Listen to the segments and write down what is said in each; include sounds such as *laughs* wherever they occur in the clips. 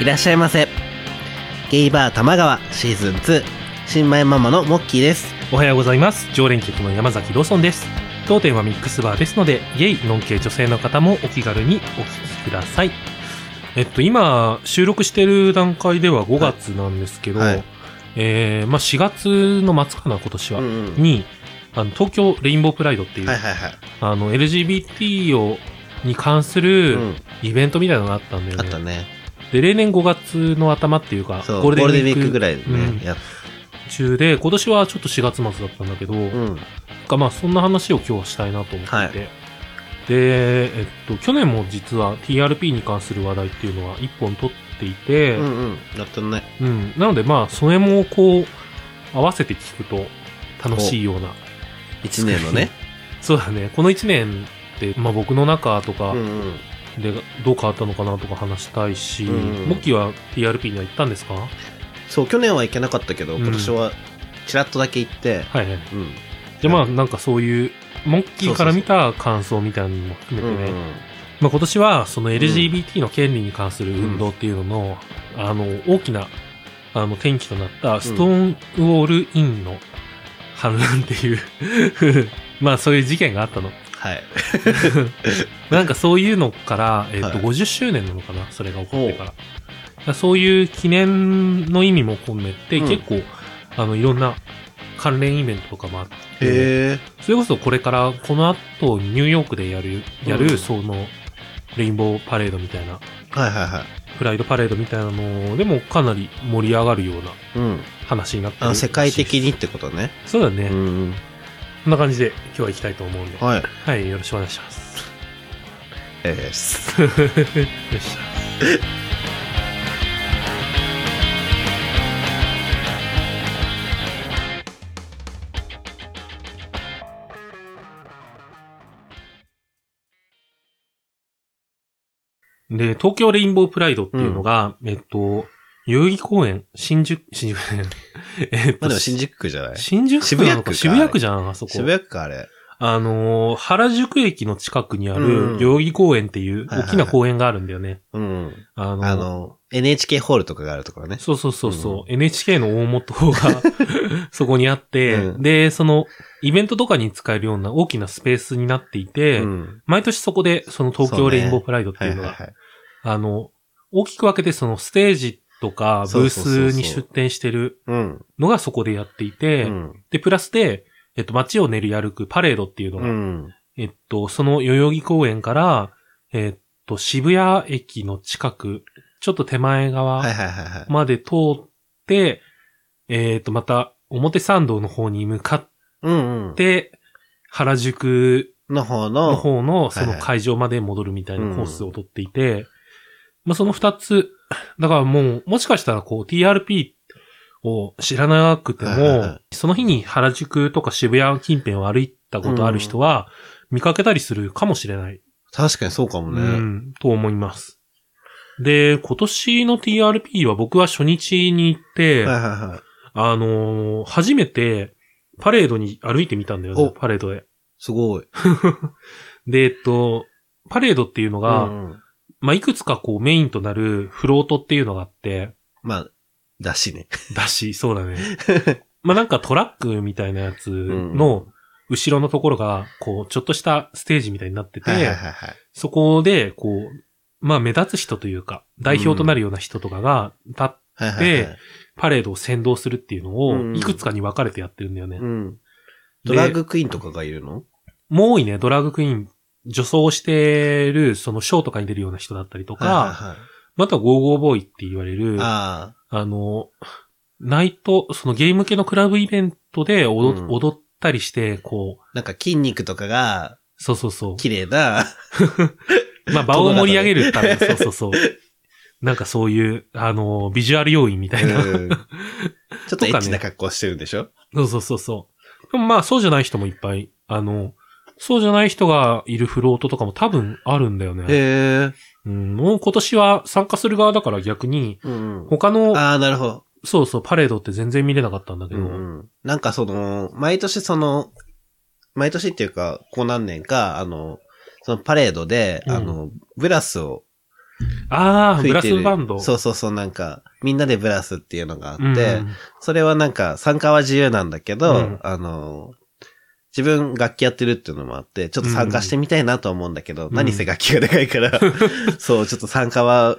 いらっしゃいませ。ゲイバー玉川シーズン2、新米ママのモッキーです。おはようございます。常連客の山崎ローソンです。当店はミックスバーですので、ゲイ、ノン系女性の方もお気軽にお聞きください。えっと、今、収録してる段階では5月なんですけど、はいえー、まあ4月の末かな、今年は、んに、あの、東京レインボープライドっていう、はいはいはい。あの、LGBT を、に関するうんイベントみたいなのがあったんだよあね。ったね。で、例年5月の頭っていうか、そう、ゴールデンウィークぐらいらいね、うんやっ中で、今年はちょっと4月末だったんだけど、うん。がまあそんな話を今日はしたいなと思っていて、はいで、えっと、去年も実は TRP に関する話題っていうのは一本取っていて、うんうん。やったね。うんなのでまあそれもこう合わせて聞くと楽しいような1年のね。 *laughs* そうだねこの1年って、まあ、僕の中とうかんうん。でどう変わったのかなとか話したいし、うんモッキーは TRP には行ったんですかはそう、去年は行けなかったけど、うん今年はちらっとだけ行って、いはいうん。でまあなんかそういうモッキーから見た感想みたいなのも含めうてね、んうん。まあ、今年はその LGBT の権利に関する運動っていうのの、あの大きなあの転機となったストーンウォールインの反乱っていうまあそう *laughs* いう事件があったのはい。なんかそういうのから、えっとはい50周年なのかなそれが起こってからだからそういう記念の意味も込めて、うん結構あのいろんな関連イベントとかもあってへえ。それこそこれからこの後ニューヨークでやるやる、うんそのレインボーパレードみたいなはいはいはい。プライドパレードみたいなのでもかなり盛り上がるようなうん。話になってあるの、世界的にってことね。そうだね、うこん。んな感じで今日は行きたいと思うんでははい。いよろしくお願いしますえー、 *laughs* よっしゃで、東京レインボープライドっていうのが、えっと、代々木公園、新宿、新宿、 *laughs* えっと、まあでも新宿区じゃない新宿区なのか渋渋谷谷区区じゃん、あそこ。渋谷区か、あれ。あのー原宿駅の近くにあうんる、代々木公園っていう、はいはいはい大きな公園があるんだよね。うん。あのーあの、NHK ホールとかがあるところね。そうそうそうそう、NHK の大元 *laughs* がそこにあって、うんで、その、イベントとかに使えるような大きなスペースになっていて、うん。毎年そこで、その東京レインボープライドってはいはいういのが、はい。あの、大きく分けてそのステージとか、ブースに出展してるうん。のがそこでやっていて、うん。で、プラスで、えっと、街を練り歩くパレードっていうのがうん。えっと、その代々木公園から、えっと、渋谷駅の近く、ちょっと手前はい側はいはいはい。まで通って、えっと、また表参道の方に向かっうんうん。て、原宿の方のの、方のはいそはいの会場まで戻るみたいなコースを取っていて、まあその二つ、だからもう、もしかしたらこう TRP を知らなくても、はいはいはその日に原宿とか渋谷近辺を歩いたことある人は、見かけたりするかもしれない。確かにそうかもうね。ん、と思います。で、今年の TRP は僕は初日に行って、はいはいはい。あのー初めてパレードに歩いてみたんだよおね、パレードで。すごい。で、えっと、パレードっていうのが、うんうんまあ、いくつかこうメインとなるフロートっていうのがあって、まあ、だしね。だし、そ *laughs* うだね。まあ、なんかトラックみたいなやつの後ろのところが、こう、ちょっとしたステージみたいになってて、はいはいはいはい。そこで、こう、まあ目立つ人というか、代表となるような人とかが、立っはいはいはい。パレードを先導するっていうのうんを、いくつかに分かれてやってるんだよね。うん。でドラッグクイーンとかがいるのもう多いね、ドラァグクイーン、女装してる、そのショーとかに出るような人だったりとか、はいはいはいまたはゴーゴーボーイって言われる、ああの、ナイト、そのゲーム系のクラブイベントで踊,、うん踊ったりして、こう、あ、なんか筋肉とかがそうそうそ綺麗な、う。まあ場を盛り上げるため、そうそうそう。なんかそういう、あの、ビジュアル要因みたいな。うんちょっとエッチな格好してるんでし *laughs* ょそうそうそうそう。でもまあ、そうじゃない人もいっぱい、あの、そうじゃない人がいるフロートとかも多分あるんだよね。へえ。うん、もう今年は参加する側だから逆に、うんうん。他の、ああ、なるほど。そうそう、パレードって全然見れなかったんだけうど、んうん、なんかその、毎年その、毎年っていうか、ここ何年か、あの、そのパレードで、うんあの、ブラスをああ、吹いブラてるスバンド。そううそうそう、なんか、みんなでブラスっていうのがあって、んそれはなんか、参加は自由なんだけど、うんあの、自分楽器やってるっていうのもあって、ちょっと参加してみたいなとは思うんだけど、うん何せ楽器がでかいから、 *laughs* そう、ちょっと参加は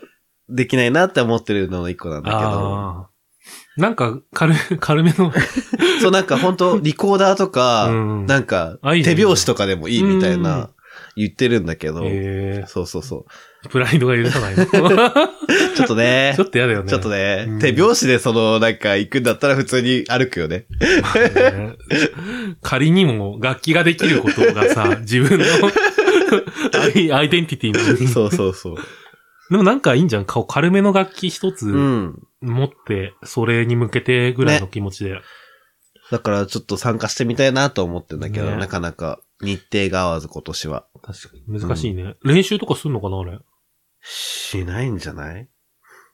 できないなって思ってるのの一個なんだけど、ああ。なんか、軽い、 *laughs* 軽めの。そうなんか本当リコーダーとか、うんなんか、あいいね手拍子とかでもいいみたいうんな、言ってるんだけど、えそうそうそう。ー、プライドが許さないの。 *laughs* ち。ちょっとねょっと嫌だよね。ちょっとね、うん手拍子でその、なんか行くんだったら普通に歩くよね。ね仮にも楽器ができることが *laughs* さ、自分のアイアイデンティティなのにそうそうそう。でもなんかいいんじゃんこう軽めの楽器一つうん。持って、それに向けてぐらいの気持ちで。だからちょっと参加してみたいなと思ってんだけど、ねなかなか日程が合わず今年は。確かに。難しいね。練習とかするのかなあれ。しないんじゃない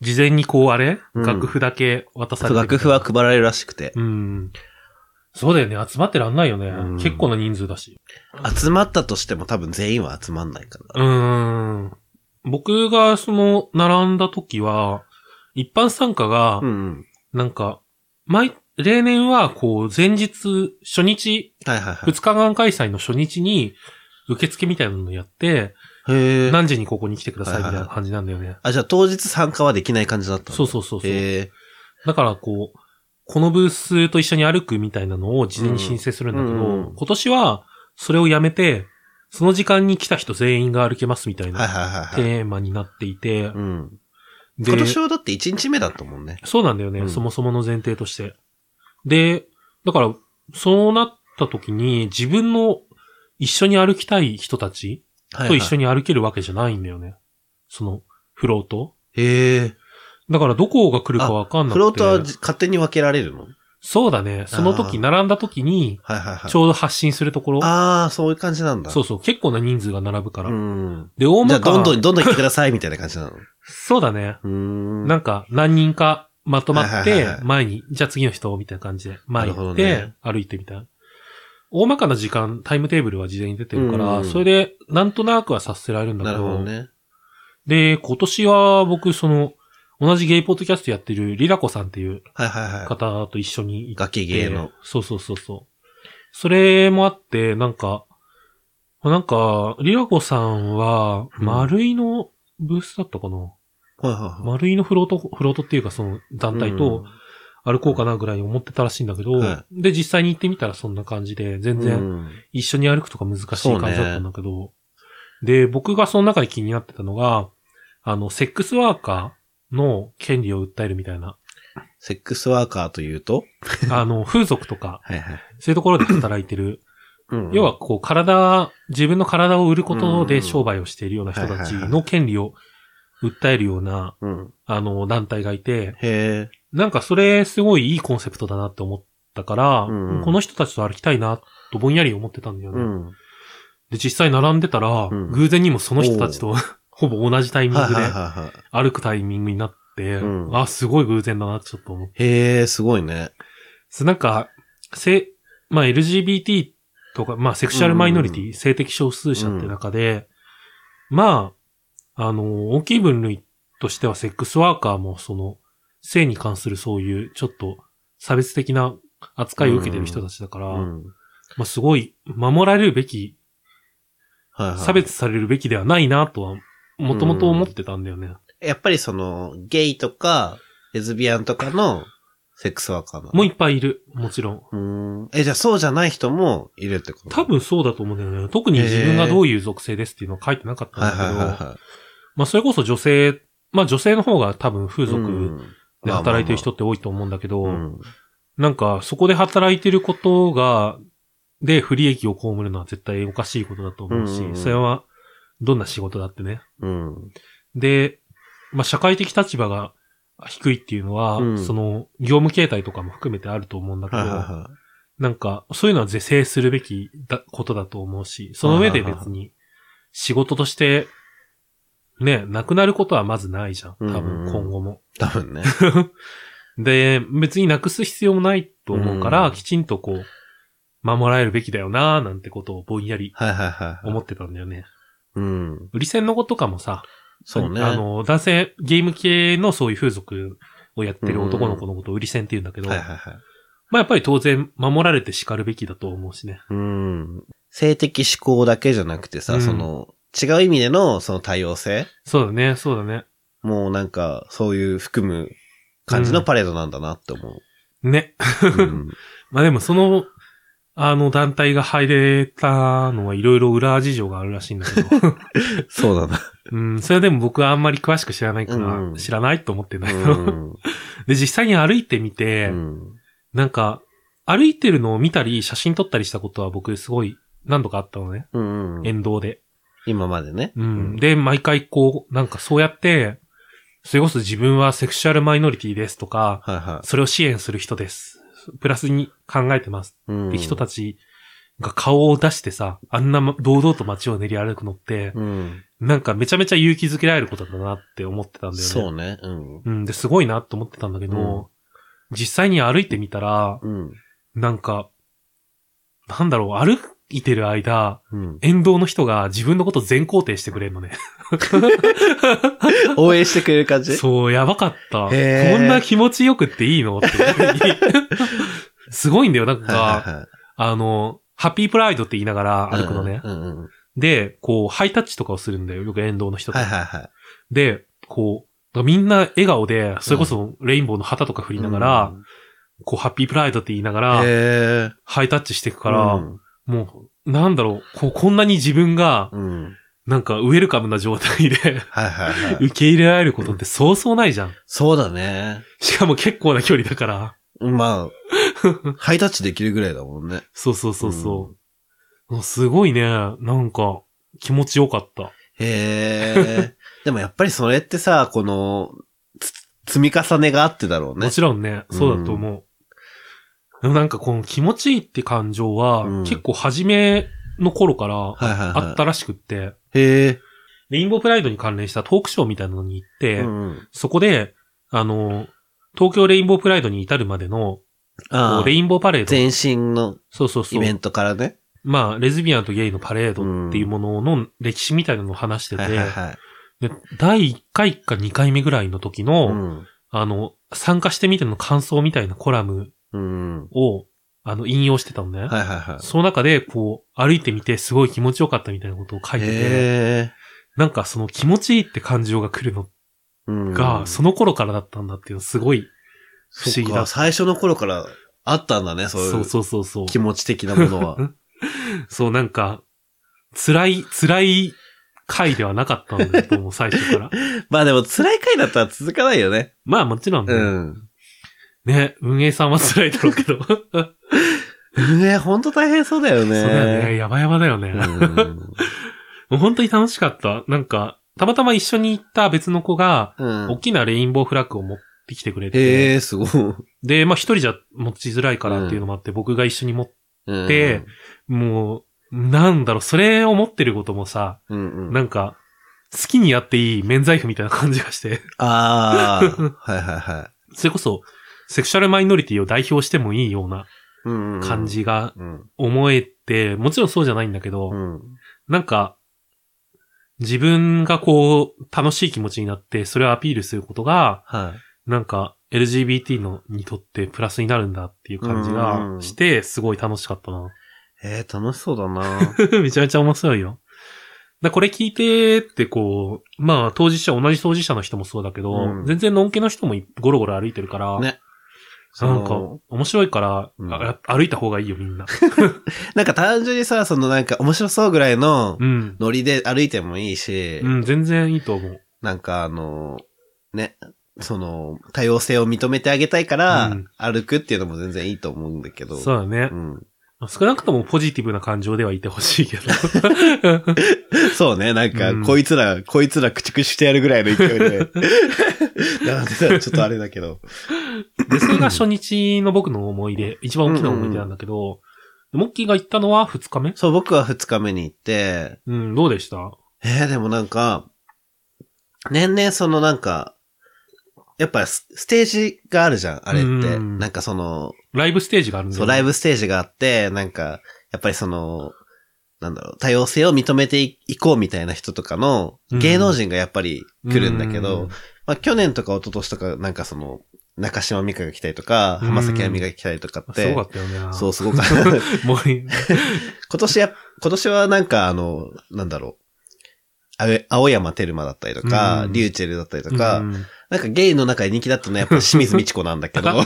事前にこう、あれ、うん楽譜だけ渡されて楽譜は配られるらしくて。うん。そうだよね。集まってらんないよね。うん結構な人数だし。集まったとしても多分全員は集まんないから。うーん。僕がその、並んだ時は、一般参加がう、んうん。なんか、毎、例年は、こう、前日、初日、はいはいは二日間開催の初日に、受付みたいなのやって、い。へえ。何時にここに来てくださいみたいはいなはい感じなんだよね。あ、じゃあ当日参加はできない感じだったのそうそうそうそう。へえ。だからこう、このブースと一緒に歩くみたいなのを事前に申請するんだけど、うんうん今年はそれをやめて、その時間に来た人全員が歩けますみたいはいなはいはいはい。テーマになっていて、うん。で今年はだって1日目だったもんね。そうなんだよね、うんそもそもの前提として。で、だから、そうなった時に自分の一緒に歩きたい人たちはと一緒に。に歩けるわけじゃないんだよね。その、フロート。へえ。だからどこが来るかわかんなくて。フロートはじ勝手に分けられるのはいそうだね。その時、あー並んだ時に、はいはいち。ょうど発信するところ。ああ、そういう感じなんだ。そうそう。結構な人数が並ぶから。うん。で、大じゃあ、まかどんどん、どんどん来てください、みたいな感じなの。うそうだね。ーん。なんか、何人かまとまっはいはいてはいは、い前に、じゃあ次の人、みたいな感じで、前なる行っほどてね、歩いてみたいな。大まかな時間、タイムテーブルは事前に出てるかうら、んそれで、なんとなくは察せられるんだなけるほどど。ね。で、今年は僕、その、同じゲイポッドキャストやってるリラコさんっていうはいはいは方と一緒に行い。ってガキ芸の。そうそうそうそう。それもあって、なんか、なんか、リラコさんは、うん丸井のブースだったかな、はいは丸井のフロート、フロートっていうかその団いはい。体と歩こうかなぐらいに思ってたらしいんだけど、はで、実際に行ってみたらそんな感じで、全うん、う然ん一緒に歩くとか難しい感じだったんだけど、で、僕がその中で気になってたのが、あの、セックスワーカーの権利を訴えるみたいな、セックスワーカーというとあの、風俗とか、はいはい。そういうところで働いてるうん要は、こう、体、自分の体を売ることで商売をしているような人たちの権利を訴えるような、うん。あの、団体がいて、へえ。なんかそれすごいいいコンセプトだなって思ったから、うんこの人たちと歩きたいな、とぼんやり思ってたんだようね。ん。で、実際並んでたら、うん偶然にもその人たちと *laughs* ほぼ同じタイミンはいグはいはいでは歩くタイミングになって、うんあ、すごい偶然だなってちょっと思ってい。へえ、すごいね。そうなんか、せ、まあ LGBT とか、まあセクシャルマイノリティ、うん性的少数者って中で、まあ、あの、大きい分類としてはセックスワーカーもその、性に関するそういうちょっと差別的な扱いを受けてる人たちだから、うん。まあすごい守られるべき、はいはい。差別されるべきではないなとは、もともと思ってたんだよね。やっぱりその、ゲイとか、レズビアンとかの、セックスワーカーなのもういっぱいいる、もちろん。うん。え、じゃあそうじゃない人もいるってこと多。分そうだと思うんだよね。特に自分がどういう属性ですっていうのは書いてなかったんはだいけど、はいはいはまあそれこそ女性、まあ女性の方が多分風い。俗で働いてる人って多いと思うんだけど、うん。なんかそこで働いてることが、で不利益を被るのは絶対おかしいことだと思うし、うんうんそれはどんな仕事だってね。うん。で、まあ社会的立場が低いっていうのは、うんその業務形態とかも含めてあると思うんだけど、はいはいはい。なんかそういうのは是正するべきだことだと思うし、その上で別に仕事として、ね、なくなることはまずないじゃん。多うんうんう分ん今後も。多分ね。で、別になくす必要もないと思うから、うんきちんとこう、守られるべきだよなーなんてことをぼんやりはいはいはいはい。思ってたんだよね。うん。売り線の子とかもさ、そうね。あの、男性、ゲーム系のそういう風俗をやってる男の子のことを売り線って言うんだけど、はいはいはい。まあやっぱり当然守られて叱るべきだと思うしね。うん。性的思考だけじゃなくてさ、うんその、違う意味でのその多様性そうだね、そうだね。もうなんか、そういう含む感じのパレードなんだなって *laughs* 思う。ね。うんまあでもその、あの団体が入れたのはいろいろ裏事情があるらしいんだけど。 *laughs* そうなんだ。うん、それでも僕はあんまり詳しく知らないから、うん知らないと思ってんだけうど。んで、実際に歩いてみて、うんなんか、歩いてるのを見たり、写真撮ったりしたことは僕すごい何度かあったのね。うんうん沿道で。今までね。うん。で、毎回こう、なんかそうやって、それこそ自分はセクシュアルマイノリティですとか、はいはそれを支援する人です。プラスに考えてます。い。うんって人たちが顔を出してさ、あんなま堂々と街を練り歩くのって、うん。なんかめちゃめちゃ勇気づけられることだなって思ってたんだよね。そうね。うん。うん、で、すごいなと思ってたんだけど、実際に歩いてみたら、うん。なんか、なんだろう、歩いてる間、うん。沿道の人が自分のこと全肯定してくれるのね。応援してくれる感じそう、やばかった。こへーんな気持ちよくっていいのって。 *laughs* すごいんだよ、なんか、はあの、ハッピープライドって言いながらいはいはい歩くのね。うんうんうんで、こう、ハイタッチとかをするんだよ、よく沿道の人とはいはいはい。で、こう、みんな笑顔で、それこそレインボーの旗とか振りながら、こう、ハッピープライドって言いなうがん、ら、へーハイタッチしていくから、うんもう、なんだろう、こう、こんなに自分が、うん。なんか、ウェルカムな状態で、はいはいは *laughs* 受い。け入れられることってそうそうないじゃん。そうだね。しかも結構な距離だから。 *laughs* まあ、ハイタッチできるぐらいだもんね。そうそうそうそう。もうすごいね、なんか、気持ちよかった。へえ。でもやっぱりそれってさ、この、つ積み重ねがあってだろうねも。ちろんね、そうだと思う。でもなんかこの気持ちいいって感情は、うん結構初めの頃からはいはいはい。あったらしくって、へえ。レインボープライドに関連したトークショーみたいなのに行って、うんそこで、あの、東京レインボープライドに至るまでの、こあうレあインボーパレード。全身のそうそうイそベう。ントからね。まあ、レズビアンとゲイのパレードっていうものの歴史みたいなのを話してて、はいはいはい。で第1回か2回目ぐらいの時の、うんあの、参加してみての感想みたいなコラムうん。はを、あの、引用してたのね。いはいはその中で、こう、歩いてみてすごい気持ちよかったみたいなことを書い。いてて、へえ。なんかその気持ちいいって感情が来るのうんが、その頃からだったんだっていうのすごい不そっ思議だか最初の頃からあったんだね、そうそういうそうそうそう。気持ち的なものは。 *laughs* *laughs* そう、なんか、辛い、辛い回ではなかったんだと思う、最初 *laughs* から。まあでも辛い回だったら続かないよね。まあもちろんね、うん。ね、運営さんは辛いだろう *laughs* けど。そうね本当大変そうだよね。だよね、やばやばだよね。うんもう本当に楽しかった。なんか、たまたま一緒に行った別の子が、うん大きなレインボーフラッグを持ってきてくれへて、え、すごい。で、まあ一人じゃ持ちづらいからっていうのもあって、僕が一緒に持っうんで、もう、なんだろう、それを持ってることもさ、うんうんなんか、好きにやっていい免罪符みたいな感じ *laughs* がして、あ *laughs* あ、はいはいはいそれこそ、セクシャルマイノリティを代表してもいいような。うんうん感。じがうん。思えて、もちろんそうじゃないんだけど、うん。なんか、自分がこう、楽しい気持ちになって、それをアピールすることが、はい。なんか、LGBT のにとってプラスになるんだっていう感じがして、すごい楽しかったな。 *laughs* えー、楽しそうだなめちゃめちゃ面白いよ。だこれ聞いてってこう、まあ当事者、同じ当事者の人もそうだけど、うん全然のんけの人もいゴロゴロ歩いてるから、ねそなんかの面白いから、うんあ歩いた方がいいよみんな。なんか単純にさ、そのなんか面白そうぐらいの *laughs* うん。ノリで歩いてもいいし、うん、全然いいと思う。なんかあの、ね、その多様性を認めてあげたいから、うん歩くっていうのも全然いいと思うんだけど。そうだねう。ん、少なくともポジティブな感情ではいてほしい *laughs* けど。そうね、なんか、うんこいつら、こいつら駆逐してやるぐらいの勢い *laughs* で。なんかちょっとあれだけど。で、それが初日の僕の思い出、一番大きな思い出なんだけど、モッキーが行ったのは2日目そう、僕は二日目に行って、うん、どうでしたえー、でもなんか、年々そのなんか、やっぱスステージがあるじゃん、あれって。うんなんかその、ライブステージがあるんだよそう、ライブステージがあって、なんか、やっぱりその、なんだろう、多様性を認めていこうみたいな人とかのうん芸能人がやっぱり来るんだけど、うんまあ去年とか一昨年とかなんかその、中島美香が来たりとか、うん浜崎あゆみが来たりとかって、すごかったよね。そう、す *laughs* ごかった。今もういい、年や、今年はなんかあの、なんだろう、あえ青山テルマだったりとか、うんリューチェルだったりとか、うんなんかゲイの中で人気だったのはやっぱ清水美智子なんだけ *laughs* ど、なん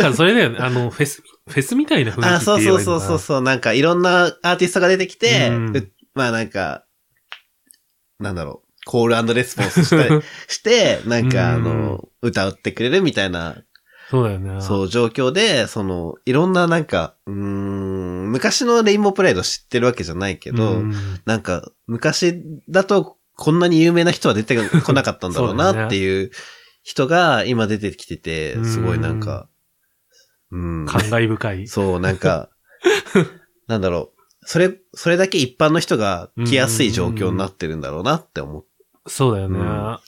かそれだよね、あの、フェス、フェスみたいな雰囲気あ、って言そうえばいいそうのそうかなそうそう、なんかいろんなアーティストが出てきて、うんうまあなんか、なんだろう、コールレスポンスしたりして、なんかあの、歌ってくれるみたいな、 *laughs* そうだよね。そう状況で、その、いろんななんか、うーん、昔のレインボープライド知ってるわけじゃないけど、うんなんか、昔だとこんなに有名な人は出てこなかったんだろうそうだよなねっていう人が今出てきてて、すごいなんか、うん感慨深い。そう、なん *laughs* か、なんだろう。それ、それだけ一般の人が来やすい状況になってるんだろうなって思っそうだよね。うん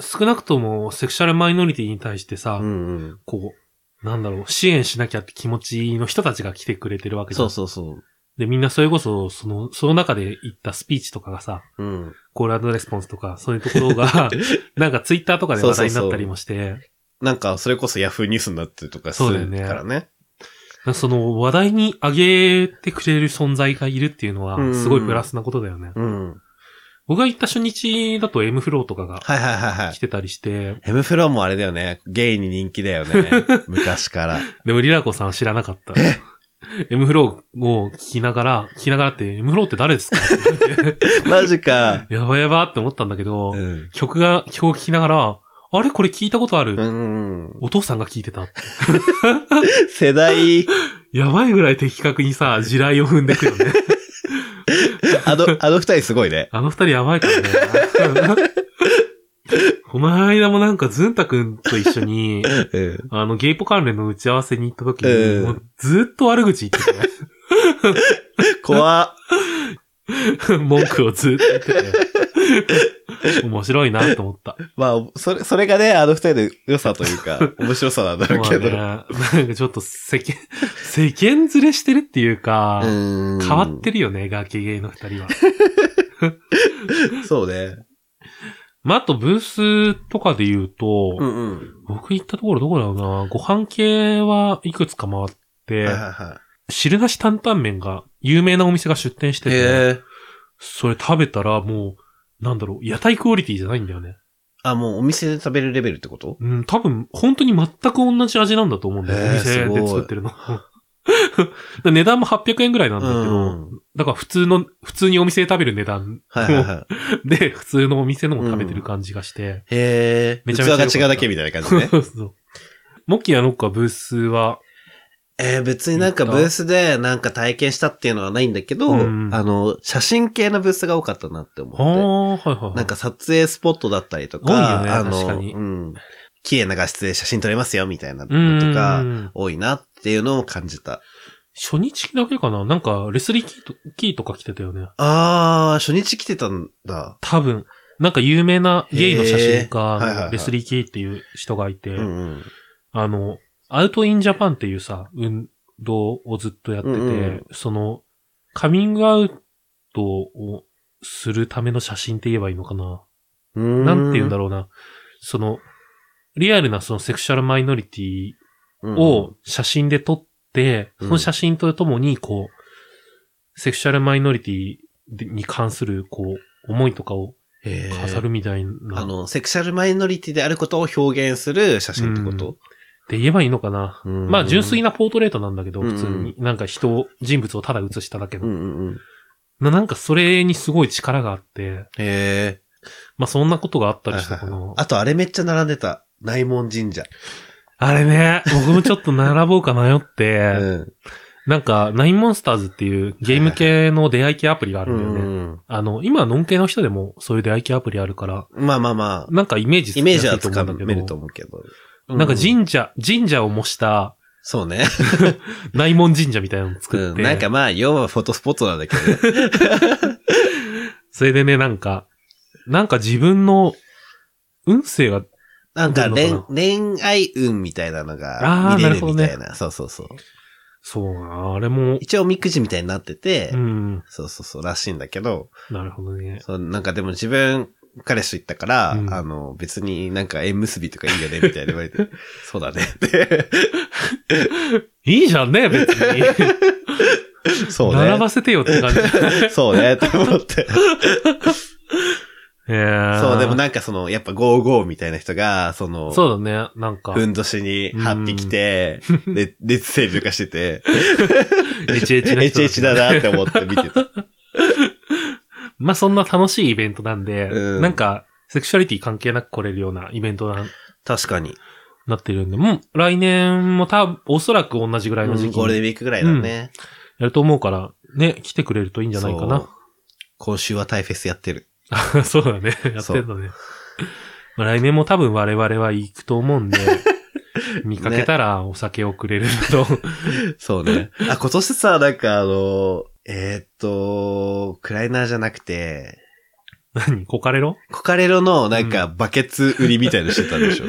少なくとも、セクシャルマイノリティに対してさ、た。うんうん。こう、なんだろう、支援しなきゃって気持ちの人たちが来てくれてるわけじゃそんうそうそう。で、みんなそれこそ、その、その中で言ったスピーチとかがさ、うん。コールレスポンスとか、そういうとこ *laughs* ろが、なんかツイッターとかで話題になったりもして、なんか、それこそヤフーニュースになってるとかすそうだよるねからね。その話題に上げてくれる存在がいるっていうのはうん、すごいプラスなことだよね。うん。はい僕が行った初日だと M フローとかがはいはいは来い。てたりして、ヘムフローもあれだよね。ゲイに人気だよ *laughs* ね。昔から。でもリラコさん知らなかった。M *laughs* フローを聞きながら、聞きながらって、M フローって誰ですか *laughs* って言われてマジか。やばいやばって思ったんだけどう、ん。曲が、曲を聴きながら、あれこれ聞いたことある、うんうん。お父さんが聞いてた。世代、やばいぐらい的確にさ、地雷を踏んでくよね。あ *laughs* の、あの二人すごいね。あの二人やばいからね。 *laughs* この間もなんか、ずんたくんと一緒に、うん。あの、ゲイポ関連の打ち合わせに行った時ええに、もうずっと悪口言って怖っ。て、 *laughs* 文句をずっと言ってて、面白いなと思った。まあ、それ、それがね、あの二人の良さというか、面白さなんだろうまあけね、ど。なんかちょっと世間、世間ずれしてるっていうか、変変わってるよね、ガキゲイの二人は。そうね。まあ、あとブースとかで言うと、んうん。僕行ったところどこだろうな、ご飯系はいくつか回ってはい、はいは汁なし担々麺が、有名なお店が出店してい。て、え。それ食べたらもう、なんだろう、屋台クオリティじゃないんだよね。あ、もうお店で食べるレベルってことうん、多分、本当に全く同じ味なんだと思うんだよ。へーお店で作ってるの。 *laughs* だから値段も800円ぐらいなんだけど、うんだから普通の、普通にお店で食べる値段はいはいはい。 *laughs* で、普通のお店のも食べてる感じがして。へえ。めちゃめちゃ良かった。器が違うだけみたいな感じね *laughs* そうそう。モッキーやノッカブースは、えー、別になんかブースでなんか体験したっていうのはないんだけど、うんあの、写真系のブースが多かったなってあ思って。あ、はいはいはい。なんか、撮影スポットだったりとか、多いよねあの、確かにうん。綺麗な画質で写真撮れますよみたいなうんの。とか、多いなっていうのを感じた。初日だけかななんか、レスリーキーとキーとか来てたよね。あー、初日来てたんだ。多分。なんか有名なゲイの写真へ家ーはいはいはのいレスリー・キーっていう人がいて、うんうん。あの、アウト・イン・ジャパンっていうさ、運動をずっとやってて、うんうんその、カミングアウトをするための写真って言えばいいのかな、なんて言うんだろうな。その、リアルなそのセクシャルマイノリティろを写真で撮って、うそんの写真とともに、こう、セクシャルマイノリティに関する、こう、思いとかを飾るみたいな。あっの、セクシャルマイノリティであることを表現する写真ってこと、て言えばいいのかな。うんまあ、純粋。なポートレートなんだけど、うん普通に。なんか人を、人物をただ写しただけうの。んうんうん。ななんかそれにすごい力があって、へえ。まあそんなことがあったりしたかな。あと、あれめっちゃ並んでた。内門神社。あれね、僕もちょっと並ぼうか迷 *laughs* っうて、ん。なんか、ナインモンスターズっていうゲーム系の出会い系アプリがあるんだよね。うんあの、今、ノン系の人でもそういう出会い系アプリあるから、まあまあまあ。なんかイメージイメージはつかだけどめると思うけど。なんかうん神社、神社を模したそうね。内門神社みたいなのを作っうて、んなんかまあ、要はフォトスポットなんだけ *laughs* どね。それでね、なんか、なんか自分の運勢が、なんかどういうの恋、恋愛運みたいなのあがー見れなるるほどみねたいな。そうそうそう。そうな、あれも、一応おみくじみたいになってて、うん、そうそうそう、らしいんだけど、なるほどね。そうなんかでも自分、彼氏と行ったから、うんあの、別になんか縁結びとかいいよね、みたいな言われ *laughs* て、そうだね *laughs* って。いいじゃんね、別 *laughs* に。そう並ね。ばせてよっ *laughs* て感じ。そうね、と思って。えー、そう、でもなんかその、やっぱ55みたいな人が、その、そうだね、なんか、ふんどしに貼ってきて、 *laughs* で、熱整理とかしてて、 HH な人だ HH だなって思って見てた。まあそんな楽しいイベントなんで、うんなんか、セクシュアリティ関係なく来れるようなイベントな確かに。なってるんで、もう来年も多分、おそらく同じぐらいの時期ゴールデにンウィークぐらいだね。やると思うから、ね、来てくれるといいんじゃないかそうな。。今週はタイフェスやってる。 *laughs* そうだね。やってんのね。まあ来年も多分我々は行くと思 *laughs* うんで、見かけたらお酒をくれるのと、そう *laughs* ね。あ、今年さ、なんかあの、えーっと、クライナーじゃなくて、 *laughs* 何コカレロコカレロのなんかバケツ売りみたいのしてたで *laughs* しょ。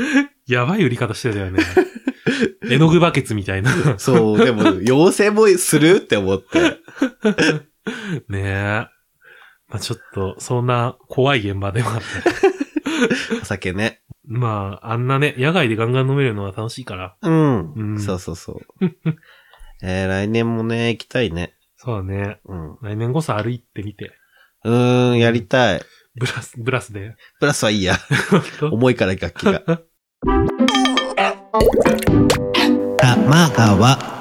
やばい売り方してたよ *laughs* ね。絵の具バケツみたいな。 *laughs* そう、でも、要請もするって思って。ねえ。まあちょっと、そんな怖い現場でもあ *laughs* って。お酒ね。まあ、あんなね、野外でガンガン飲めるのは楽しいから。うん。うんそうそうそう。 *laughs* えー、来年もね、行きたいね。そうだね。うん。う来年こそ歩いてみて。ーん、やりたい。ブラス、ブラスで。プラスはいいや。重 *laughs* いから楽器が。玉川。